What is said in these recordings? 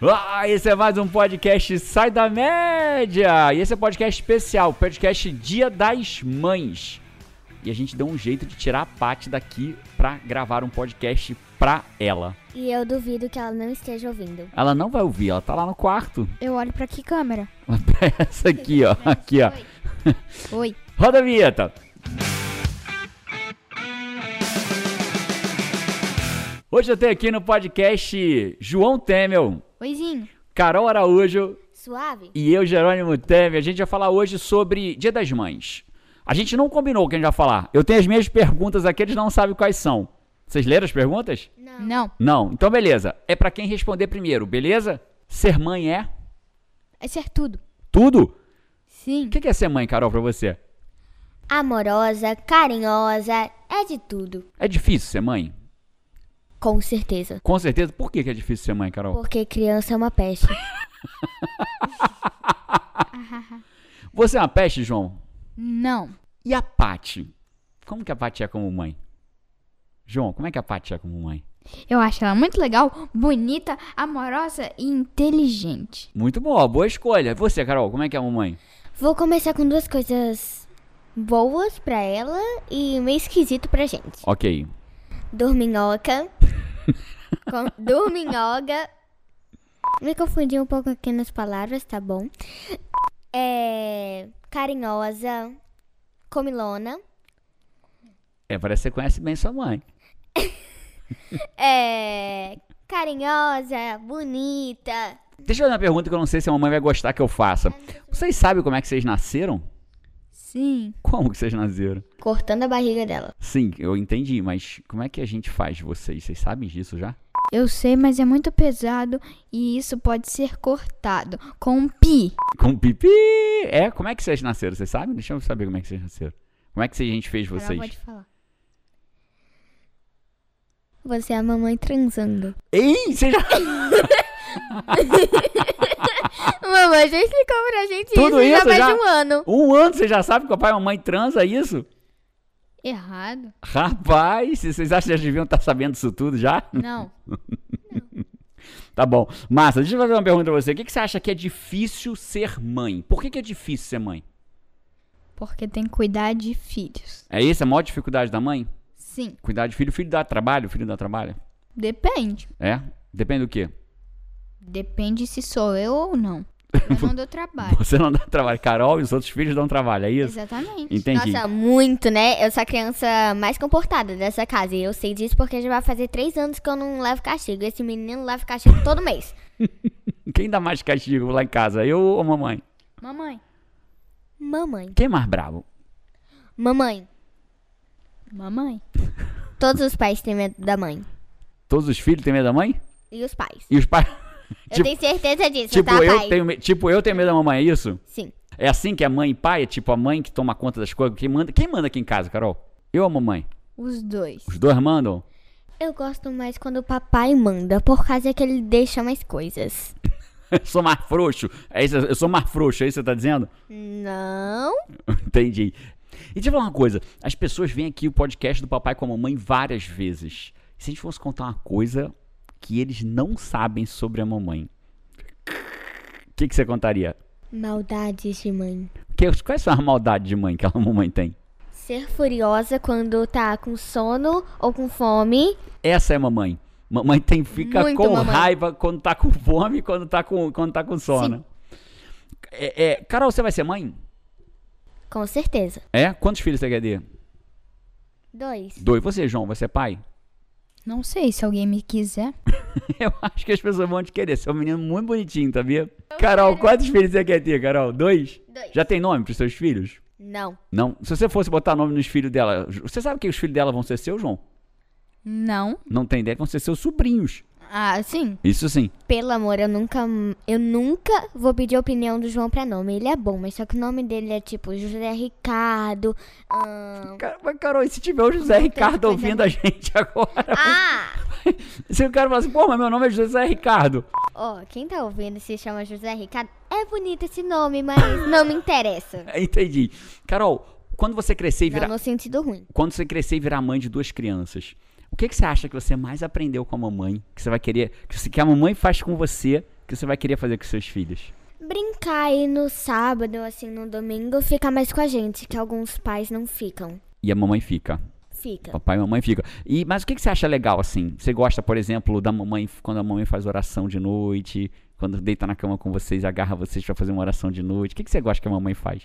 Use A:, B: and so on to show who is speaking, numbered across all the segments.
A: Ah, esse é mais um podcast Sai da Média! E esse é um podcast especial, podcast Dia das Mães. E a gente deu um jeito de tirar a Paty daqui pra gravar um podcast pra ela.
B: E eu duvido que ela não esteja ouvindo.
A: Ela não vai ouvir, ela tá lá no quarto.
C: Eu olho pra que câmera?
A: Essa aqui, ó. Aqui, ó.
C: Oi.
A: Roda a vinheta! Hoje eu tenho aqui no podcast João Temel,
C: Oizinho.
A: Carol Araújo
B: Suave?
A: e eu, Jerônimo Temer. A gente vai falar hoje sobre Dia das Mães. A gente não combinou o que a gente vai falar. Eu tenho as minhas perguntas aqui, eles não sabem quais são. Vocês leram as perguntas?
B: Não.
C: Não.
A: Não. Então, beleza. É pra quem responder primeiro, beleza? Ser mãe é
C: É ser tudo.
A: tudo?
C: Sim.
A: O que que é ser mãe, Carol, pra você?
B: Amorosa, carinhosa, é de tudo.
A: É difícil ser mãe?
B: Com certeza.
A: Com certeza. Por que que é difícil ser mãe, Carol?
B: Porque criança é uma peste.
A: Você é uma peste, João?
C: Não.
A: E a Paty? Como que a Paty é como mãe? João, como é que a Paty é como mãe?
C: Eu acho ela muito legal, bonita, amorosa e inteligente.
A: Muito boa, boa escolha. E Você, Carol, como é que é uma mãe?
B: Vou começar com duas coisas boas pra ela e meio esquisito pra gente.
A: Ok.
B: Dorminhoca. Com- Dorminhoga. Me confundi um pouco aqui nas palavras, tá bom? É. Carinhosa. Comilona.
A: É, parece que você conhece bem sua mãe.
B: É. Carinhosa, bonita.
A: Deixa eu fazer uma pergunta que eu não sei se a mamãe vai gostar que eu faça. Vocês sabem como é que vocês nasceram?
C: Sim.
A: Como que vocês nasceram?
B: Cortando a barriga dela.
A: Sim, eu entendi, mas como é que a gente faz vocês? Vocês sabem disso já?
C: Eu sei, mas é muito pesado e isso pode ser cortado com um pi.
A: Com pipi! É, como é que vocês nasceram? Vocês sabem? Deixa eu saber como é que vocês nasceram. Como é que a gente fez
C: Ela
A: vocês?
C: pode falar.
B: Você é a mamãe transando.
A: Ei, vocês já...
B: Mamãe já explicou pra gente
A: Tudo
B: isso
A: isso
B: já faz
A: já?
B: um ano.
A: Um ano vocês já sabem que o papai e a mamãe transa é isso?
C: Errado?
A: Rapaz, se vocês acham que já deviam estar sabendo isso tudo já?
C: Não.
A: Tá bom. Massa, deixa eu fazer uma pergunta pra você. O que, que você acha que é difícil ser mãe? Por que, que é difícil ser mãe?
C: Porque tem que cuidar de filhos.
A: É isso? A maior dificuldade da mãe?
C: Sim.
A: Cuidar de filho. Filho dá trabalho? Filho dá trabalho?
C: Depende.
A: É? Depende do quê?
C: Depende se sou eu ou não. Eu não dou trabalho.
A: Você não dá trabalho. Carol e os outros filhos dão trabalho, é isso?
C: Exatamente.
A: Entendi.
B: Nossa, muito, né? Eu sou a criança mais comportada dessa casa. E eu sei disso porque já vai fazer três anos que eu não levo castigo. Esse menino leva castigo todo mês. é.
A: Quem dá mais castigo lá em casa? Eu ou mamãe?
C: Mamãe.
B: Mamãe.
A: Quem é mais bravo?
B: Mamãe.
C: Mamãe.
B: Todos os pais têm medo da mãe.
A: Todos os filhos têm medo da mãe?
B: E os pais.
A: E os pais. tipo,
B: Eu tenho certeza disso,
A: tipo,
B: tá, pai?
A: eu tenho, me- tipo, eu tenho medo da mamãe, é isso?
B: Sim.
A: É assim que é mãe e pai? É tipo a mãe que toma conta das coisas? Quem manda, quem manda aqui em casa, Carol? Eu ou a mamãe?
C: Os dois.
A: Os dois mandam?
B: Eu gosto mais quando o papai manda, por causa que ele deixa mais coisas.
A: Eu sou mais frouxo. É isso, eu sou mais frouxo, é isso que você tá dizendo?
B: Não.
A: Entendi. E deixa eu falar uma coisa. As pessoas vêm aqui o podcast do papai com a mamãe várias vezes. Se a gente fosse contar uma coisa que eles não sabem sobre a mamãe, o que, que você contaria?
B: Maldades de mãe.
A: Que, é quais são as maldades de mãe que a mamãe tem?
B: Ser furiosa quando tá com sono ou com fome.
A: Essa é a mamãe. Mamãe tem, fica
B: Muito
A: com
B: mamãe.
A: raiva quando tá com fome e quando tá com, quando tá com sono. É- é, Carol, você vai ser mãe?
B: Com certeza.
A: É? Quantos filhos você quer ter?
B: Dois.
A: Dois. Você, João, vai ser pai?
C: Não sei se alguém me quiser.
A: Eu acho que as pessoas vão te querer. Você é um menino muito bonitinho, sabia? Carol, quantos filhos você quer ter, Carol? Dois?
B: Dois.
A: Já tem nome pros seus filhos?
B: Não.
A: Não. Se você fosse botar nome nos filhos dela, você sabe que os filhos dela vão ser seus, João?
C: Não.
A: Não tem ideia, vão ser seus sobrinhos.
C: Ah, sim.
A: Isso sim.
B: Pelo amor, eu nunca. Eu nunca vou pedir a opinião do João pra nome. Ele é bom, mas só que o nome dele é tipo José Ricardo. ahn,
A: Cara, mas, Carol, e se tiver o José Ricardo
C: coisa
A: ouvindo a gente agora?
B: Ah!
A: Se o cara falar assim, pô, mas meu nome é José Ricardo.
B: Ó, quem tá ouvindo se chama José Ricardo. É bonito esse nome, mas não me interessa.
A: Entendi. Carol, quando você crescer e virar.
B: Não no sentido ruim.
A: quando você crescer e virar mãe de duas crianças, o que, que você acha que você mais aprendeu com a mamãe? Que você vai querer. Que, você- que a mamãe faz com você que você vai querer fazer com seus filhos?
B: Brincar aí no sábado, assim, no domingo, ficar mais com a gente, que alguns pais não ficam.
A: E a mamãe fica.
B: Fica.
A: Papai e mamãe ficam. E, mas o que, que você acha legal, assim? Você gosta, por exemplo, da mamãe, quando a mamãe faz oração de noite, quando deita na cama com vocês, agarra vocês pra fazer uma oração de noite. O que, que você gosta que a mamãe faz?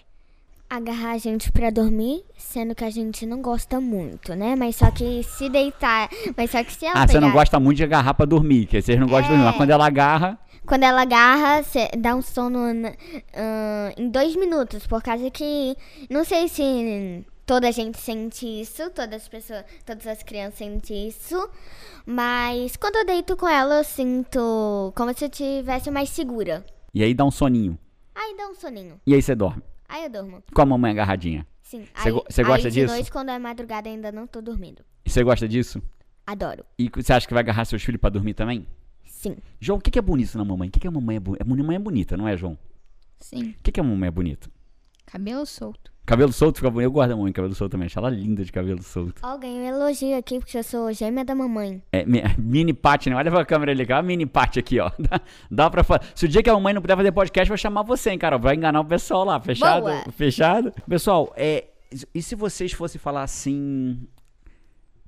B: Agarrar a gente pra dormir, sendo que a gente não gosta muito, né? Mas só que se deitar. Mas só que se ela.
A: ah, você não
B: pegar-
A: gosta muito de agarrar pra dormir, que vocês não gostam de dormir. Mas quando ela agarra,
B: Quando ela agarra, cê dá um sono na- ahn, em dois minutos, por causa que não sei se toda a gente sente isso, todas as pessoas, todas as crianças sentem isso, mas quando eu deito com ela, eu sinto como se eu tivesse mais segura.
A: e aí dá um soninho.
B: Aí dá um soninho,
A: E aí você dorme.
B: aí eu durmo.
A: Com a mamãe agarradinha.
B: Sim.
A: Cê
B: aí-
A: go- cê gosta
B: aí
A: disso?
B: De noite, quando é madrugada, ainda não tô dormindo.
A: E você gosta disso?
B: Adoro.
A: E você acha que vai agarrar seus filhos pra dormir também?
B: Sim.
A: João, o que, que é bonito na mamãe? O que, que a mamãe é bonita? A mamãe é bonita, não é, João?
C: Sim,
A: O que, que a mamãe é bonita?
C: cabelo solto.
A: Cabelo solto fica bonito. Eu gosto da mamãe de cabelo solto também. Acho ela linda de cabelo solto.
B: Ó, ganhei um elogio aqui porque eu sou gêmea da mamãe.
A: É, mi- mini Pat, né? Olha pra câmera ali, cara. Olha a mini Pat aqui, ó. Dá, dá pra fazer. Se o dia que a mamãe não puder fazer podcast, vai chamar você, hein, Carol? Vai enganar o pessoal lá. Fechado?
B: Boa.
A: Fechado? Pessoal, é, e se vocês fossem falar assim.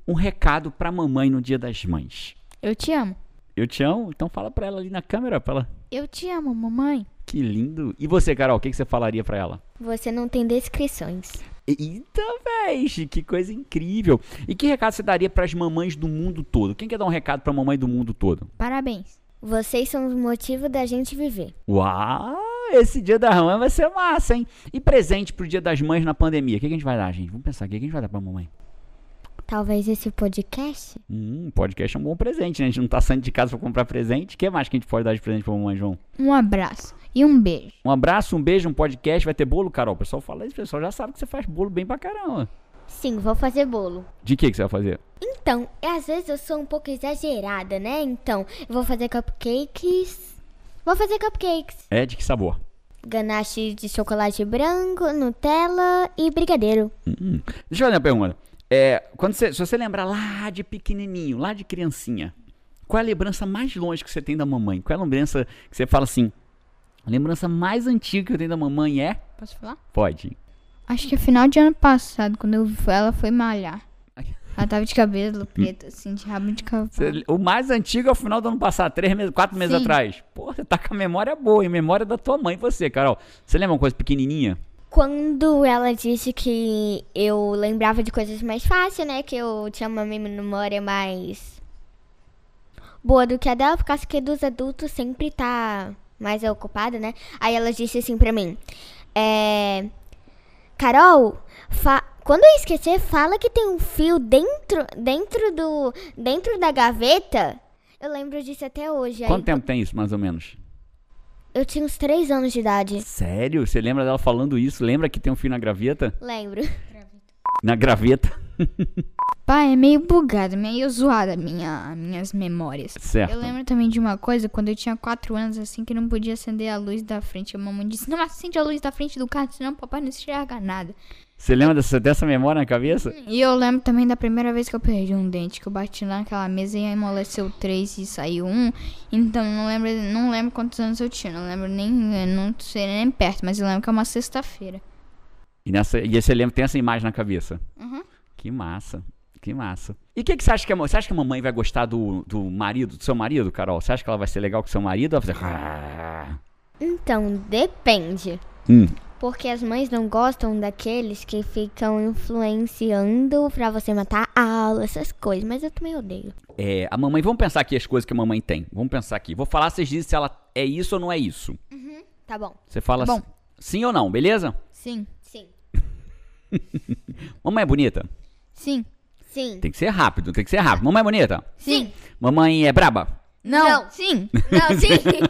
A: Um recado pra mamãe no dia das mães?
C: Eu te amo.
A: Eu te amo? Então fala pra ela ali na câmera, pra ela.
C: Eu te amo, mamãe.
A: Que lindo. E você, Carol, o que, que você falaria pra ela?
B: Você não tem descrições.
A: Eita, véi, que coisa incrível. E que recado você daria pras mamães do mundo todo? Quem quer dar um recado pra mamãe do mundo todo?
C: Parabéns.
B: Vocês são o motivo da gente viver.
A: Uau, esse dia da mãe vai ser massa, hein? E presente pro dia das mães na pandemia? O que, que a gente vai dar, gente? Vamos pensar, o que, que a gente vai dar pra mamãe?
B: Talvez esse podcast?
A: Hum, podcast é um bom presente, né? A gente não tá saindo de casa pra comprar presente. O que mais que a gente pode dar de presente pra mamãe, João?
C: Um abraço e um beijo.
A: Um abraço, um beijo, um podcast. Vai ter bolo, Carol? O pessoal fala isso, o pessoal já sabe que você faz bolo bem pra caramba.
B: Sim, vou fazer bolo.
A: De que, que você vai fazer?
B: Então, é, às vezes eu sou um pouco exagerada, né? Então, eu vou fazer cupcakes. Vou fazer cupcakes.
A: É, de que sabor?
B: Ganache de chocolate branco, Nutella e brigadeiro.
A: Hum. Deixa eu fazer uma pergunta. É, quando você, se você lembrar lá de pequenininho, lá de criancinha, qual é a lembrança mais longe que você tem da mamãe? Qual é a lembrança que você fala assim? A lembrança mais antiga que eu tenho da mamãe é?
C: Posso falar?
A: Pode.
C: Acho que é final de ano passado, quando eu vi ela foi malhar.
A: Ai.
C: Ela tava de cabelo preto, assim, de rabo de cavalo.
A: Você- o mais antigo é o final do ano passado, três meses, quatro meses
C: Ah. Sim.
A: atrás. Pô, você tá com a memória boa, hein? Memória da tua mãe, você, Carol. Você lembra uma coisa pequenininha?
B: Quando ela disse que eu lembrava de coisas mais fáceis, né? Que eu tinha uma memória mais boa do que a dela, por causa que dos adultos sempre tá mais ocupada, né? Aí ela disse assim pra mim: é, Carol, fa- quando eu esquecer, fala que tem um fio dentro, dentro, do, dentro da gaveta. Eu lembro disso até hoje. Aí
A: Quanto tempo tem isso, mais ou menos?
B: eu tinha uns 3 anos de
C: É.
B: idade.
A: Sério? Você lembra dela falando isso? Lembra que tem um fio na graveta?
B: Lembro.
A: Na graveta?
C: Pai, é meio bugado, meio zoada minha, minhas memórias.
A: Certo.
C: Eu lembro também de uma coisa, quando eu tinha 4 anos, assim, que não podia acender a luz da frente. A mamãe disse, não acende a luz da frente do carro, senão o papai não enxerga nada.
A: Você lembra dessa, dessa memória na cabeça?
C: E eu lembro também da primeira vez que eu perdi um dente, que eu bati lá naquela mesa e amoleceu três e saiu um. Então não lembro, não lembro quantos anos eu tinha, não lembro nem, eh, não sei nem perto, mas eu lembro que é uma sexta-feira.
A: E, nessa, e você lembra, tem essa imagem na cabeça.
C: Uhum.
A: Que massa, que massa. E o que, que você acha que a, ma- você acha que a mamãe vai gostar do, do marido, do seu marido, Carol? Você acha que ela vai ser legal com seu marido? Ela vai fazer... "Ah."
B: Então, depende.
A: Hum,
B: Porque as mães não gostam daqueles que ficam influenciando pra você matar a aula, essas coisas. Mas eu também odeio.
A: é, a mamãe, vamos pensar aqui as coisas que a mamãe tem. Vamos pensar aqui. Vou falar, vocês dizem se ela é isso ou não é isso.
B: Tá bom.
A: Você fala
C: Tá
A: assim, sim ou não, beleza?
C: Sim,
B: Sim.
A: Mamãe é bonita?
C: sim,
B: Sim.
A: Tem que ser rápido, tem que ser rápido. Mamãe é bonita?
B: Sim.
A: Mamãe é braba?
C: não,
B: Não.
C: sim,
B: Não, sim.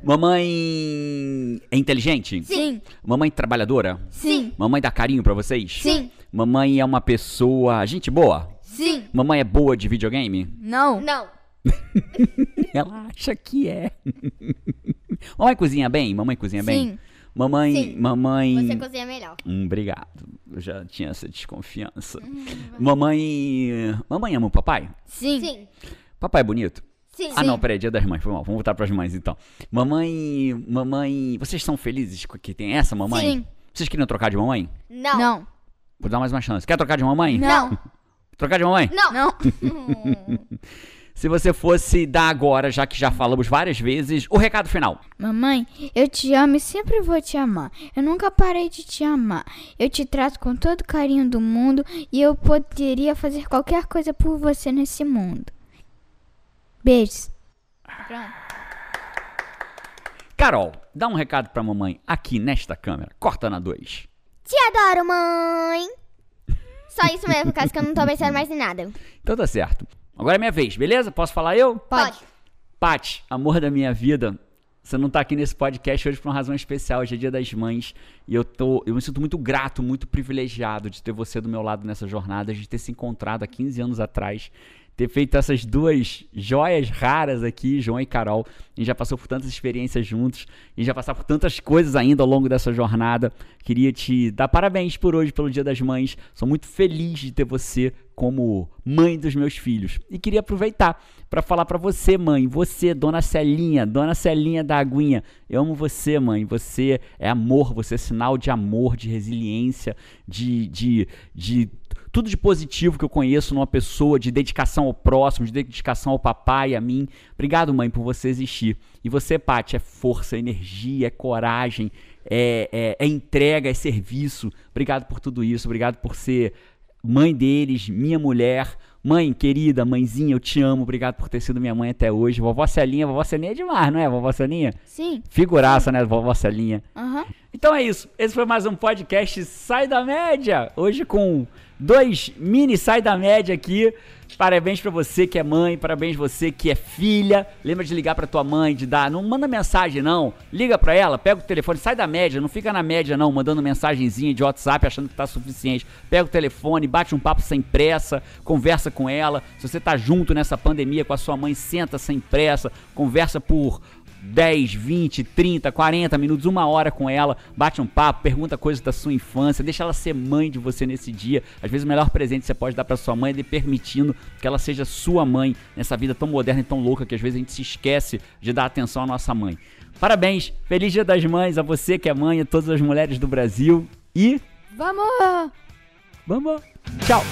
A: Mamãe é inteligente?
C: sim,
A: Mamãe trabalhadora?
C: sim,
A: Mamãe dá carinho pra vocês?
C: Sim.
A: Mamãe é uma pessoa. Gente boa?
C: sim,
A: Mamãe é boa de videogame?
C: não,
B: Não.
A: Ela acha que é. mamãe cozinha bem? Mamãe cozinha bem?
C: Sim.
A: Mamãe.
B: Sim.
A: Mamãe.
B: Você cozinha melhor.
A: Hum, obrigado. Eu já tinha essa
B: Ah,
A: desconfiança. mamãe. Mamãe ama o papai?
C: sim,
B: Sim.
A: Papai é bonito?
B: Sim.
A: Ah, não, peraí, dia das mães, foi mal. Vamos voltar pras mães então. Mamãe. Mamãe. Vocês são felizes com- que tem essa, mamãe?
C: Sim.
A: Vocês queriam trocar de mamãe?
B: Não.
C: Não.
A: Vou dar mais uma chance. Quer trocar de mamãe?
C: Não.
A: Trocar de mamãe?
B: Não.
C: Não.
A: Se você fosse dar agora, já que já falamos várias vezes, o recado final.
C: Mamãe, eu te amo e sempre vou te amar. Eu nunca parei de te amar. Eu te trato com todo o carinho do mundo e eu poderia fazer qualquer coisa por você nesse mundo. Beijos. Pronto.
A: Carol, dá um recado pra mamãe aqui nesta câmera. Corta na 2.
B: Te adoro, mãe. Só isso mesmo, por causa que eu não tô pensando mais em nada.
A: Então tá certo. Agora é minha vez, beleza? Posso falar eu?
C: Pode.
A: Pati, amor da minha vida, você não tá aqui nesse podcast hoje por uma razão especial. Hoje é dia das mães e eu tô, eu me sinto muito grato, muito privilegiado de ter você do meu lado nessa jornada, de ter se encontrado há 15 anos atrás, ter feito essas duas joias raras aqui, João e Carol. A gente já passou por tantas experiências juntos e já passar por tantas coisas ainda ao longo dessa jornada. Queria te dar parabéns por hoje, pelo Dia das Mães. Sou muito feliz de ter você como mãe dos meus filhos. E queria aproveitar para falar para você, mãe, você, dona Celinha, dona Celinha da Aguinha, eu amo você, mãe. Você é amor, você é sinal de amor, de resiliência, de, de, de tudo de positivo que eu conheço numa pessoa, de dedicação ao próximo, de dedicação ao papai, a mim. Obrigado, mãe, por você existir. E você, Paty, é força, é energia, é coragem, é, é- é entrega, é serviço. Obrigado por tudo isso, obrigado por ser mãe deles, minha mulher. Mãe, querida, mãezinha, eu te amo. Obrigado por ter sido minha mãe até hoje. Vovó Celinha, vovó Celinha é demais, não é, vovó Celinha?
C: Sim.
A: Figuraça, né, vovó Celinha?
C: Aham.
A: Então é isso. Esse foi mais um podcast Sai da Média. Hoje com dois mini Sai da Média aqui. Parabéns pra você que é mãe, parabéns você que é filha. Lembra de ligar pra tua mãe, de dar, não manda mensagem não. Liga pra ela, pega o telefone, sai da média, não fica na média não, mandando mensagenzinha de WhatsApp achando que tá suficiente. Pega o telefone, bate um papo sem pressa, conversa com ela. Se você tá junto nessa pandemia com a sua mãe, senta sem pressa, conversa por 10, 20, 30, 40 minutos, uma hora com ela, bate um papo, pergunta coisas da sua infância, deixa ela ser mãe de você nesse dia. Às vezes o melhor presente que você pode dar pra sua mãe é lhe permitindo que ela seja sua mãe nessa vida tão moderna e tão louca que às vezes a gente se esquece de dar atenção à nossa mãe. Parabéns, feliz Dia das Mães a você que é mãe, a todas as mulheres do Brasil e
C: Vamos!
A: vamos, tchau.